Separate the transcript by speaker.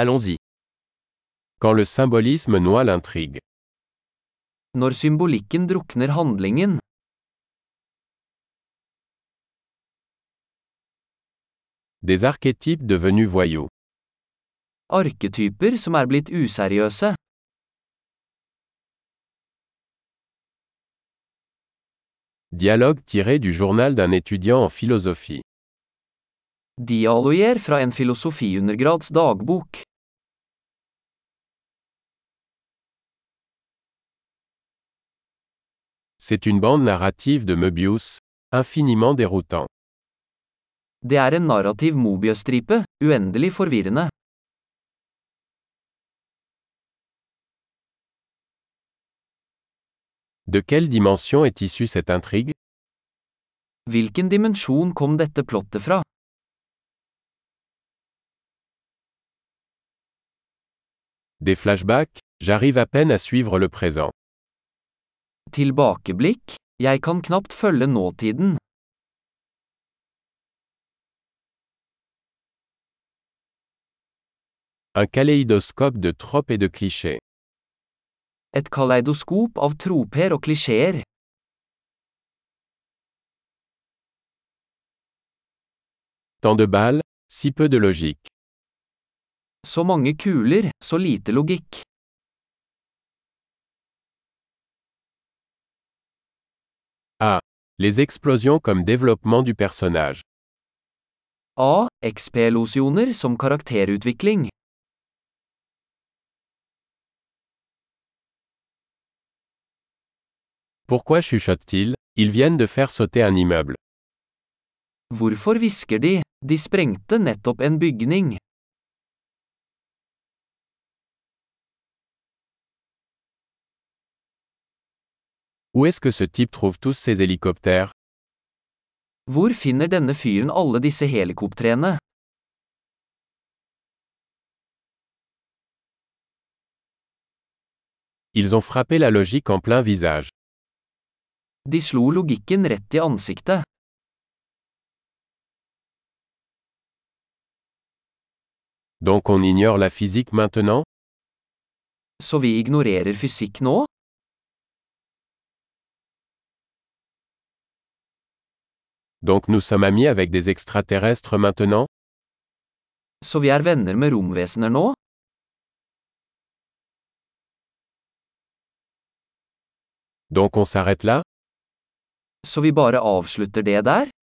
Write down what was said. Speaker 1: Allons-y. Quand le symbolisme noie l'intrigue.
Speaker 2: Når symbolikken drukner handlingen,
Speaker 1: Des archétypes devenus voyous.
Speaker 2: arketyper som er blitt useriøse,
Speaker 1: Dialogue tiré du journal d'un étudiant en philosophie.
Speaker 2: dialoger fra en filosofiundergrads dagbok,
Speaker 1: C'est une bande narrative de Möbius, infiniment déroutant.
Speaker 2: det er en narrativ Mobius-stripe, uendelig forvirrende,
Speaker 1: De quelle dimension est issue cette intrigue
Speaker 2: hvilken dimensjon kom dette plottet fra,
Speaker 1: Des flashbacks J'arrive à peine à suivre le présent.
Speaker 2: tilbakeblikk, jeg kan knapt følge nåtiden,
Speaker 1: Un kaléidoscope de tropes et de clichés.
Speaker 2: et kaleidoskop av troper og klisjeer,
Speaker 1: Tant de balles, si peu de logique.
Speaker 2: så mange kuler, så lite logikk,
Speaker 1: Les explosions comme développement du personnage.
Speaker 2: a, XP-losjoner som karakterutvikling,
Speaker 1: Pourquoi chuchote-t-il Ils viennent de faire sauter un immeuble.
Speaker 2: hvorfor visker de, de sprengte nettopp en bygning,
Speaker 1: Où est-ce que ce type trouve tous ses hélicoptères
Speaker 2: Hvor finner denne fyren alle disse helikoptrene?
Speaker 1: Ils ont frappé la logique en plein visage.
Speaker 2: De slo logikken rett i ansiktet.
Speaker 1: Donc on ignore la physique maintenant
Speaker 2: Så vi ignorerer fysikk nå?
Speaker 1: Donc nous sommes amis avec des extraterrestres maintenant
Speaker 2: Så vi er venner med romvesener nå?
Speaker 1: Donc on s'arrête là
Speaker 2: Så vi bare avslutter det der?